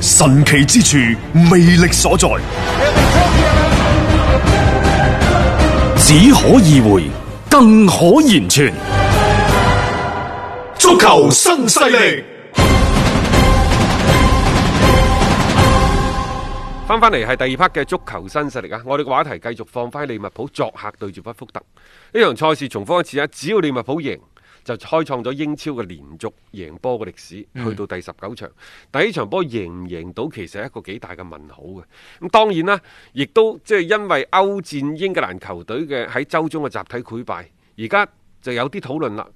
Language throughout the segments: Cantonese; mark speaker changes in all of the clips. Speaker 1: 神奇之處，魅力所在，
Speaker 2: 只可意會，更可言傳。
Speaker 1: 足球新勢力。
Speaker 3: 翻翻嚟係第二 part 嘅足球新勢力啊！我哋嘅話題繼續放翻利物浦作客對住不福特呢場賽事，重複一次啊！只要利物浦贏，就開創咗英超嘅連續贏波嘅歷史，去到第十九場。第一場波贏唔贏到，其實係一個幾大嘅問號嘅。咁當然啦，亦都即係因為歐戰英格蘭球隊嘅喺周中嘅集體潰敗，而家就有啲討論啦，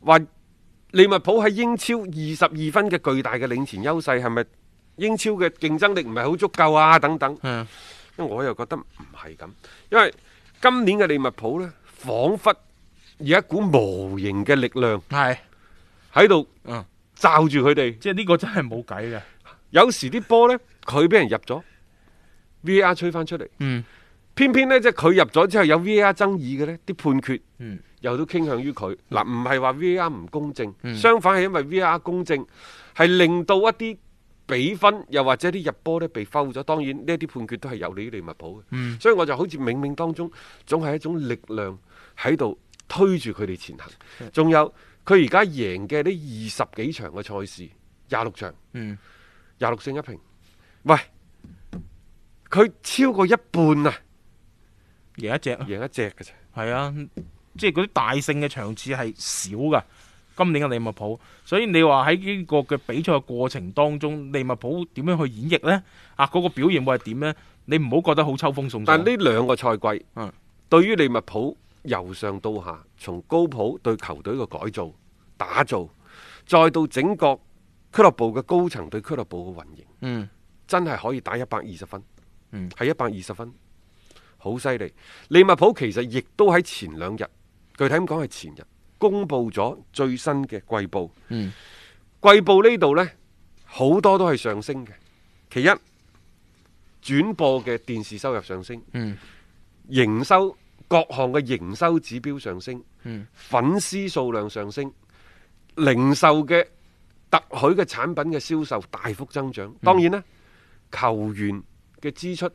Speaker 3: 話利物浦喺英超二十二分嘅巨大嘅領前優勢係咪？英超嘅競爭力唔係好足夠啊，等等。我又覺得唔係咁，因為今年嘅利物浦呢，彷彿有一股無形嘅力量
Speaker 4: 系，
Speaker 3: 喺度
Speaker 4: 嗯
Speaker 3: 罩住佢哋。
Speaker 4: 即系呢個真係冇計嘅。
Speaker 3: 有時啲波呢，佢俾人入咗，VAR 吹翻出嚟，
Speaker 4: 嗯，
Speaker 3: 偏偏呢，即係佢入咗之後有 VAR 爭議嘅呢啲判決，
Speaker 4: 嗯，
Speaker 3: 又都傾向於佢。嗱，唔係話 VAR 唔公正，
Speaker 4: 嗯
Speaker 3: 相反係因為 VAR 公正，係令到一啲比分又或者啲入波呢被 foul 咗。當然呢一啲判決都係有利於利物浦嘅，
Speaker 4: 嗯
Speaker 3: 所以我就好似冥冥當中總係一種力量喺度推住佢哋前行。仲有佢而家贏嘅呢二十幾場嘅賽事，廿六場。廿六勝一平，喂，佢超過一半啊，
Speaker 4: 贏一隻啊，
Speaker 3: 贏一隻嘅啫。
Speaker 4: 係啊，即係嗰啲大勝嘅場次係少噶。今年嘅利物浦，所以你話喺呢個嘅比賽過程當中，利物浦點樣去演繹呢？啊，嗰、個表現會係點呢？你唔好覺得好秋風送
Speaker 3: 但
Speaker 4: 爽。
Speaker 3: 呢兩個賽季，
Speaker 4: 嗯
Speaker 3: 對於利物浦由上到下，從高普對球隊嘅改造、打造，再到整個俱樂部嘅高層對俱樂部嘅運營，
Speaker 4: 嗯，
Speaker 3: 真係可以打一百二十分，
Speaker 4: 嗯
Speaker 3: 係一百二十分，好犀利。利物浦其實亦都喺前兩日，具體咁講係前日，公布咗最新嘅季報。
Speaker 4: 嗯，
Speaker 3: 季報呢度呢，好多都係上升嘅。其一，轉播嘅電視收入上升，
Speaker 4: 嗯，
Speaker 3: 營收各項嘅營收指標上升，
Speaker 4: 嗯，
Speaker 3: 粉絲數量上升，零售嘅特許嘅產品嘅銷售大幅增長。
Speaker 4: 嗯
Speaker 3: 當然啦，球員嘅支出，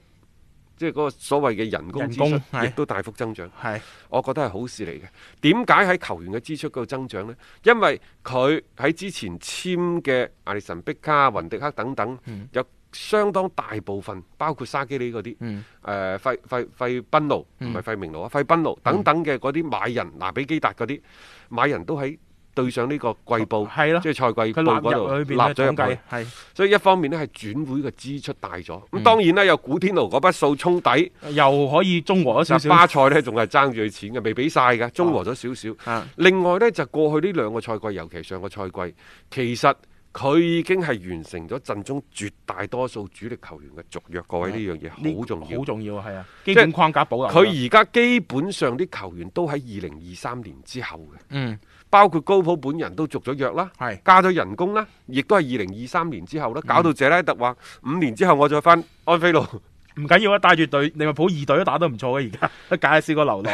Speaker 3: 即係嗰個所謂嘅人工支
Speaker 4: 人
Speaker 3: 出，
Speaker 4: 工係
Speaker 3: 亦都大幅增長。
Speaker 4: 係
Speaker 3: 我覺得係好事嚟嘅。點解喺球員嘅支出嗰度增長呢？因為佢喺之前簽嘅阿里神、碧卡、雲迪克等等，有相當大部分，包括沙基里嗰啲，誒、
Speaker 4: 嗯
Speaker 3: 費費費賓奴唔係費明奴啊，費賓
Speaker 4: 嗯
Speaker 3: 奴等等嘅嗰啲買人，拿比基達嗰啲買人都喺對上呢個季報，
Speaker 4: 係咯
Speaker 3: 即係賽季
Speaker 4: 佢
Speaker 3: 報
Speaker 4: 納
Speaker 3: 嗰
Speaker 4: 入裏
Speaker 3: 度
Speaker 4: 邊嘅
Speaker 3: 納咗入
Speaker 4: 統
Speaker 3: 去
Speaker 4: 計。啊係
Speaker 3: 所以一方面呢係轉會嘅支出大咗，
Speaker 4: 嗯
Speaker 3: 咁當然啦，有古天奴嗰筆數沖底。
Speaker 4: 又可以中和咗少
Speaker 3: 嗱，
Speaker 4: 少。
Speaker 3: 巴塞呢仲係爭住佢錢嘅，未俾晒嘅，中和咗少少。
Speaker 4: 啊
Speaker 3: 另外呢，就過去呢兩個賽季，尤其上個賽季，其實佢已經係完成咗陣中絕大多數主力球員嘅續約。各位呢樣
Speaker 4: 啊呢
Speaker 3: 嘢好重要
Speaker 4: 好。重要係啊，基
Speaker 3: 係
Speaker 4: 本框架保留咗。
Speaker 3: 佢而家基本上啲球員都喺二零二三年之後嘅，
Speaker 4: 嗯
Speaker 3: 包括高普本人都續咗約啦，
Speaker 4: 係
Speaker 3: 加咗人工啦，亦都係二零二三年之後啦。搞到謝拉特話五年之後我再翻安菲路。
Speaker 4: 唔緊嗯要啊，帶住隊利物浦二隊都打得唔錯嘅，而家 介紹個流浪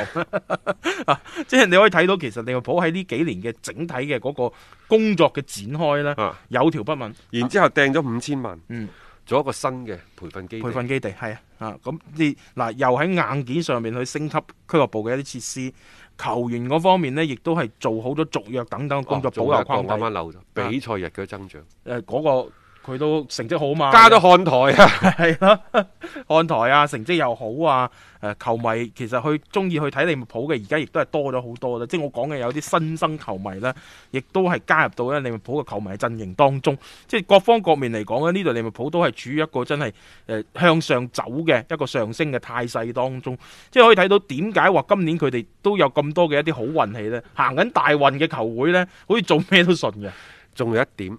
Speaker 4: 啊，即係你可以睇到其實利物浦喺呢幾年嘅整體嘅嗰個工作嘅展開咧，
Speaker 3: 啊
Speaker 4: 有條不紊，
Speaker 3: 然之後掟咗五千萬，
Speaker 4: 嗯
Speaker 3: 做一個新嘅培訓基地
Speaker 4: 培。訓基地係啊，啊咁你嗱又喺硬件上面去升級俱樂部嘅一啲設施，球員嗰方面呢，亦都係做好咗續約等等嘅工作，
Speaker 3: 哦仲
Speaker 4: 保
Speaker 3: 有一
Speaker 4: 留
Speaker 3: 個
Speaker 4: 框
Speaker 3: 啱
Speaker 4: 底，
Speaker 3: 啱漏咗比賽日嘅增長，
Speaker 4: 誒嗰個佢都成績好嘛，
Speaker 3: 加咗看台啊，
Speaker 4: 係咯，看台啊，成績又好啊，誒球迷其實去中意去睇利物浦嘅，而家亦都係多咗好多啦。即係我講嘅有啲新生球迷咧，亦都係加入到咧利物浦嘅球迷陣營當中。即係各方各面嚟講咧，呢度利物浦都係處於一個真係誒、呃向上走嘅一個上升嘅態勢當中。即係可以睇到點解話今年佢哋都有咁多嘅一啲好運氣咧，行緊大運嘅球會咧，好似做咩都順嘅。
Speaker 3: 仲有一點，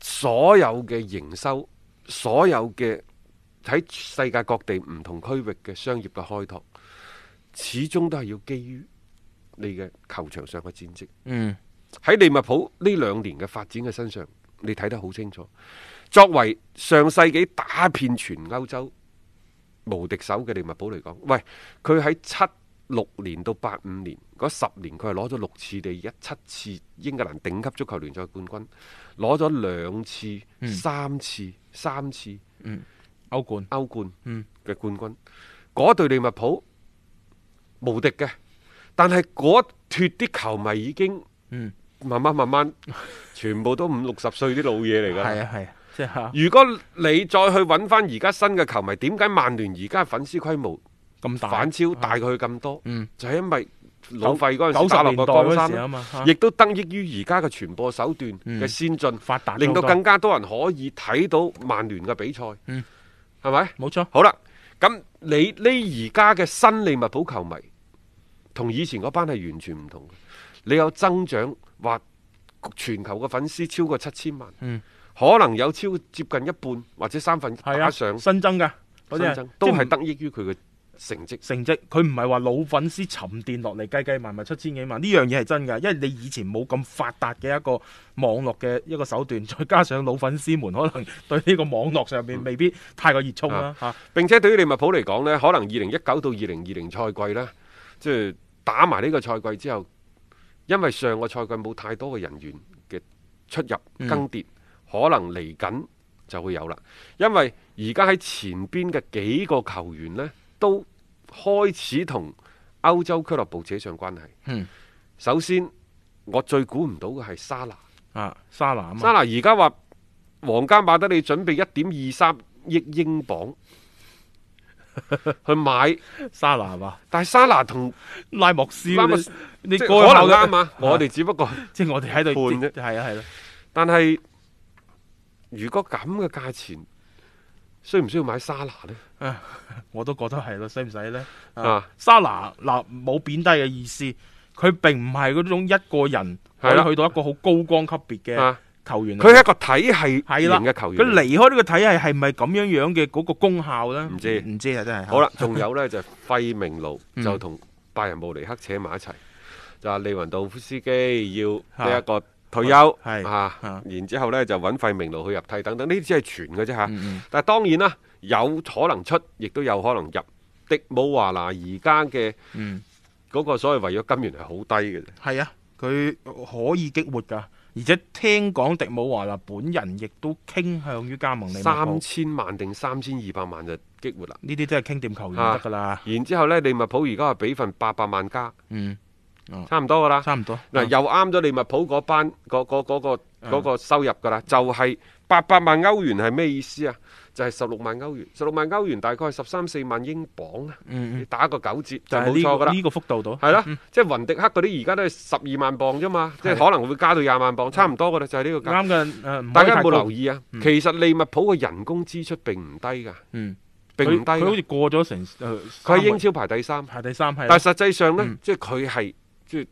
Speaker 3: 所有嘅營收，所有嘅喺世界各地唔同區域嘅商業嘅開拓，始終都係要基於你嘅球場上嘅戰績。
Speaker 4: 嗯，
Speaker 3: 喺利物浦呢兩年嘅發展嘅身上，你睇得好清楚。作為上世紀打遍全歐洲無敵手嘅利物浦嚟講，喂，佢喺七六年到八五年嗰十年，佢係攞咗六次地一七次英格蘭頂級足球聯賽冠軍，攞咗兩次、
Speaker 4: 嗯
Speaker 3: 三次、三次
Speaker 4: 歐冠。
Speaker 3: 歐冠
Speaker 4: 嗯
Speaker 3: 嘅冠軍。嗰隊利物浦無敵嘅，但係嗰脱啲球迷已經
Speaker 4: 嗯
Speaker 3: 慢慢慢 慢，全部都五六十歲啲老嘢嚟㗎。
Speaker 4: 係啊係啊，即係
Speaker 3: 如果你再去揾翻而家新嘅球迷，點解曼聯而家粉絲規模
Speaker 4: 咁大
Speaker 3: 反超大過佢咁多？
Speaker 4: 啊嗯
Speaker 3: 就係因為老費嗰陣
Speaker 4: 九十
Speaker 3: 時打落
Speaker 4: 年代
Speaker 3: 個江
Speaker 4: 嗰時啊
Speaker 3: 山
Speaker 4: 嘛，嚇
Speaker 3: 亦都得益於而家嘅傳播手段嘅先進，
Speaker 4: 發達咗
Speaker 3: 令到
Speaker 4: 好多
Speaker 3: 更加多人可以睇到曼聯嘅比賽，
Speaker 4: 嗯
Speaker 3: 係咪？
Speaker 4: 冇錯。
Speaker 3: 好啦，咁你呢而家嘅新利物浦球迷同以前嗰班係完全唔同嘅。你有增長，話全球嘅粉絲超過七千萬，
Speaker 4: 嗯
Speaker 3: 可能有超接近一半或者三分
Speaker 4: 係啊，
Speaker 3: 打上
Speaker 4: 新增噶嗰啲
Speaker 3: 新
Speaker 4: 係
Speaker 3: 增，都
Speaker 4: 即係
Speaker 3: 係得益於佢嘅成績。
Speaker 4: 成績，佢唔係話老粉絲沉澱落嚟計計埋埋七千幾萬，呢樣嘢係真㗎，因為你以前冇咁發達嘅一個網絡嘅一個手段， 再加上老粉絲們可能對呢個網絡上
Speaker 3: 嗯
Speaker 4: 面未必太過熱衷啦
Speaker 3: 啊
Speaker 4: 嚇。
Speaker 3: 並且對於利物浦嚟講呢，可能二零一九到二零二零賽季呢，即係打埋呢個賽季之後，因為上個賽季冇太多嘅人員嘅出入更迭，可能嚟緊就會有啦。因為而家喺前邊嘅幾個球員呢，都開始同歐洲俱樂部扯上關係。
Speaker 4: 嗯
Speaker 3: 首先，我最估唔到嘅係沙拿。
Speaker 4: 啊，沙拿啊嘛，
Speaker 3: 沙拿而家話皇家馬德里準備一點二三億英鎊 去買，
Speaker 4: 沙拿係嘛，
Speaker 3: 但係沙拿同
Speaker 4: 拉莫斯嗰啲
Speaker 3: 拉莫斯
Speaker 4: 你
Speaker 3: 即
Speaker 4: 該
Speaker 3: 係可能
Speaker 4: 考嘅
Speaker 3: 啱啊，我哋只不過，
Speaker 4: 即係我哋喺度
Speaker 3: 判啫
Speaker 4: 係啊係啦，
Speaker 3: 但係如果咁嘅價錢，需唔需要買沙拿呢？
Speaker 4: 我都覺得係咯，使唔使呢？
Speaker 3: 啊，
Speaker 4: 沙拿嗱冇貶低嘅意思，佢並唔係嗰種一個人可
Speaker 3: 係啦
Speaker 4: 以去到一個好高光級別嘅
Speaker 3: 啊，
Speaker 4: 球員嚟。
Speaker 3: 佢係一個體系
Speaker 4: 係
Speaker 3: 型
Speaker 4: 啦，
Speaker 3: 嘅球員
Speaker 4: 佢
Speaker 3: 嚟。
Speaker 4: 離開呢個體系係咪咁樣樣嘅嗰個功效咧？
Speaker 3: 唔知
Speaker 4: 唔知啊，嗯真係。
Speaker 3: 好啦，仲有呢，就係費明路就同拜仁慕尼黑扯埋一齊，就話利雲道夫斯基要呢一個退休，
Speaker 4: 係
Speaker 3: 啊
Speaker 4: 啊，
Speaker 3: 然之後呢，就揾費明路去入替等等，呢啲只係傳嘅啫嚇。
Speaker 4: 嗯，嗯
Speaker 3: 但係當然啦，有可能出，亦都有可能入。迪姆華拿而家嘅
Speaker 4: 嗯，
Speaker 3: 嗰個所謂違約金源係好低嘅啫。
Speaker 4: 係啊，佢可以激活㗎，而且聽講迪姆華啦，本人亦都傾向於加盟利物
Speaker 3: 三
Speaker 4: 浦，
Speaker 3: 千萬定三千二百萬就激活啦。
Speaker 4: 呢啲都係傾掂球員
Speaker 3: 啊
Speaker 4: 得㗎啦。
Speaker 3: 然之後呢，利物浦而家係俾份八百萬加，
Speaker 4: 嗯，
Speaker 3: 差唔多噶啦。
Speaker 4: 差唔多。
Speaker 3: 啊
Speaker 4: 嗯
Speaker 3: 嗱，又啱咗利物浦嗰班嗰嗰嗰個嗰個收入㗎啦，就係八百萬歐元係咩意思啊？就係十六萬歐元，十六萬歐元大概係十三四萬英鎊啊！
Speaker 4: 嗯
Speaker 3: 你打個九折就
Speaker 4: 就係
Speaker 3: 冇
Speaker 4: 呢
Speaker 3: 錯㗎
Speaker 4: 個
Speaker 3: 啦
Speaker 4: 呢。個嗯幅度度。
Speaker 3: 係啦，即係雲迪克嗰啲而家都係十二萬磅啫嘛，即係可能會加到廿萬磅，差唔多噶啦，就係呢個價。
Speaker 4: 啱嘅，誒嗯唔可
Speaker 3: 大
Speaker 4: 以
Speaker 3: 家有
Speaker 4: 太
Speaker 3: 冇
Speaker 4: 高
Speaker 3: 留意啊？其實利物浦嘅人工支出並唔低㗎，
Speaker 4: 嗯，
Speaker 3: 並唔低
Speaker 4: 佢佢好
Speaker 3: 㗎。
Speaker 4: 似過咗成誒，
Speaker 3: 佢
Speaker 4: 三
Speaker 3: 喺英
Speaker 4: 位
Speaker 3: 超排第三，
Speaker 4: 排第三係啦。
Speaker 3: 但係實際上呢
Speaker 4: 嗯，
Speaker 3: 即係佢係即係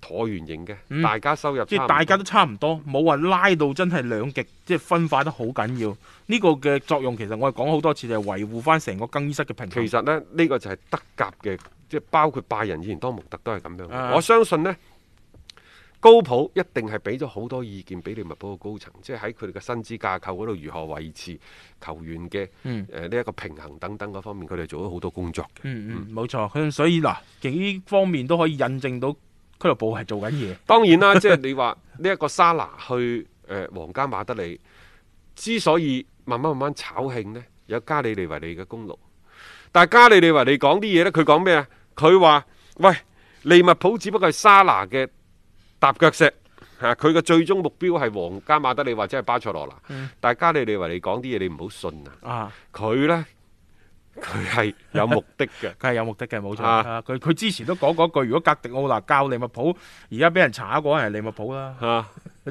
Speaker 3: 橢圓形嘅，
Speaker 4: 嗯
Speaker 3: 大家收入
Speaker 4: 即
Speaker 3: 差唔
Speaker 4: 係
Speaker 3: 多
Speaker 4: 大家都差唔多，冇話拉到真係兩極，即係分化得好緊要。呢、個嘅作用其實我係講好多次，就係維護翻成個更衣室嘅平衡。
Speaker 3: 其實呢，呢、個就係德甲嘅，即係包括拜仁以前多蒙特都係咁樣嘅。
Speaker 4: 啊
Speaker 3: 我相信呢，高普一定係俾咗好多意見俾利物浦嘅高層，即係喺佢哋嘅薪資架構嗰度如何維持球員嘅
Speaker 4: 嗯
Speaker 3: 誒呢一個平衡等等嗰方面，佢哋做咗好多工作嘅。
Speaker 4: 嗯嗯，冇錯。咁所以嗱，其實呢方面都可以印證到俱樂部係做緊嘢。
Speaker 3: 當然啦，即係你話呢一個沙拿去誒皇家馬德里，之所以慢慢慢慢炒興呢，有加里尼維利嘅功勞。但係加里尼維利講啲嘢呢，佢講咩啊？佢話：喂，利物浦只不過係沙拿嘅踏腳石，嚇佢嘅最終目標係皇家馬德里或者係巴塞羅那。
Speaker 4: 嗯
Speaker 3: 但係加里利維尼講啲嘢你唔好信啊！
Speaker 4: 啊，。
Speaker 3: 佢呢，佢係有目的嘅
Speaker 4: 佢係有目的嘅，冇錯。
Speaker 3: 啊
Speaker 4: 啊佢佢之前都講嗰句，如果格迪奧拿教利物浦，而家俾人查嗰個人係利物浦啦。
Speaker 3: 嚇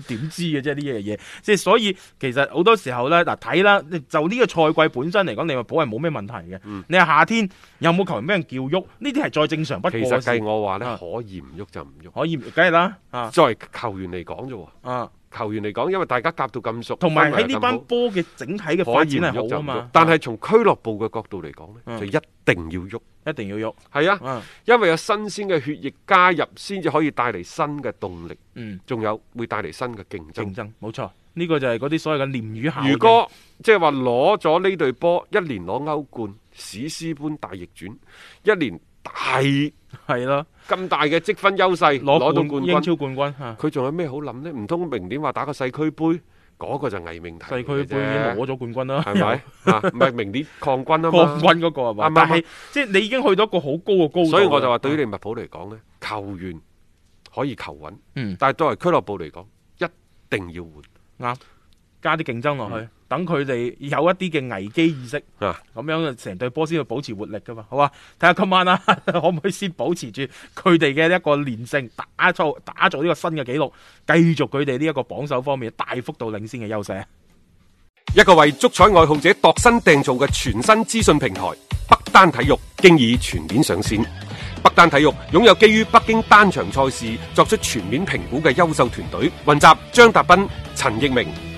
Speaker 4: 點知嘅啫呢樣嘢，即係所以其實好多時候咧，嗱睇啦，就呢個賽季本身嚟講，利物浦係冇咩問題嘅。
Speaker 3: 嗯
Speaker 4: 你話夏天有冇球員俾人叫喐？呢啲係再正常不過
Speaker 3: 其
Speaker 4: 嘅
Speaker 3: 實
Speaker 4: 事。
Speaker 3: 計我話呢，
Speaker 4: 啊
Speaker 3: 可以唔喐就唔喐。
Speaker 4: 可以，梗係啦，啊
Speaker 3: 作為球員嚟講啫喎，
Speaker 4: 啊，
Speaker 3: 球員嚟講，因為大家夾到咁熟，
Speaker 4: 同埋
Speaker 3: 氛圍
Speaker 4: 喺
Speaker 3: 又
Speaker 4: 呢
Speaker 3: 咁
Speaker 4: 班
Speaker 3: 好
Speaker 4: 波嘅整體嘅
Speaker 3: 可
Speaker 4: 發
Speaker 3: 以唔
Speaker 4: 展
Speaker 3: 喐
Speaker 4: 係好
Speaker 3: 就
Speaker 4: 啊
Speaker 3: 唔喐
Speaker 4: 嘛。，
Speaker 3: 但係從俱樂部嘅角度嚟講
Speaker 4: 嗯
Speaker 3: 呢，就一定要喐。
Speaker 4: 一定要喐，
Speaker 3: 係啊，
Speaker 4: 嗯
Speaker 3: 因為有新鮮嘅血液加入，先至可以帶嚟新嘅動力，
Speaker 4: 嗯，
Speaker 3: 仲有會帶嚟新嘅競爭
Speaker 4: 競。爭冇錯，呢、個就係嗰啲所謂嘅鯰魚效應。
Speaker 3: 如果即係話攞咗呢隊波，一年攞歐冠，史詩般大逆轉，一年大咁
Speaker 4: 係啦，
Speaker 3: 大嘅積分優勢
Speaker 4: 攞
Speaker 3: 攞到
Speaker 4: 冠
Speaker 3: 冠
Speaker 4: 英
Speaker 3: 軍，
Speaker 4: 超冠軍啊嚇，
Speaker 3: 佢仲有咩好諗呢？唔通明年話打個世俱杯，嗰個就偽命題
Speaker 4: 世
Speaker 3: 嚟嘅啫。
Speaker 4: 區杯已經攞咗冠軍啦，
Speaker 3: 係咪？啊，唔係明年抗軍啊嘛。
Speaker 4: 冠軍嗰個係嘛
Speaker 3: 啱？啱
Speaker 4: 但係即係你已經去到一個好高嘅高度，
Speaker 3: 所以我就話，對於利物浦嚟講呢，球員可以求穩，
Speaker 4: 嗯
Speaker 3: 但係作為俱樂部嚟講，一定要換
Speaker 4: 啱，加啲競爭落去，等佢哋有一啲嘅危機意識，
Speaker 3: 啊！
Speaker 4: 咁樣就成隊波先會保持活力噶嘛，好啊？睇下今晚啊， 可唔可以先保持住佢哋嘅一個連勝，打造打造呢個新嘅紀錄，繼續佢哋呢一個榜首方面大幅度領先嘅優勢啊！
Speaker 3: 一個為足彩愛好者度身訂造嘅全新資訊平台北單體育，經已全面上線。北單體育擁有基於北京單場賽事作出全面評估嘅優秀團隊，雲集張達斌、陳奕明、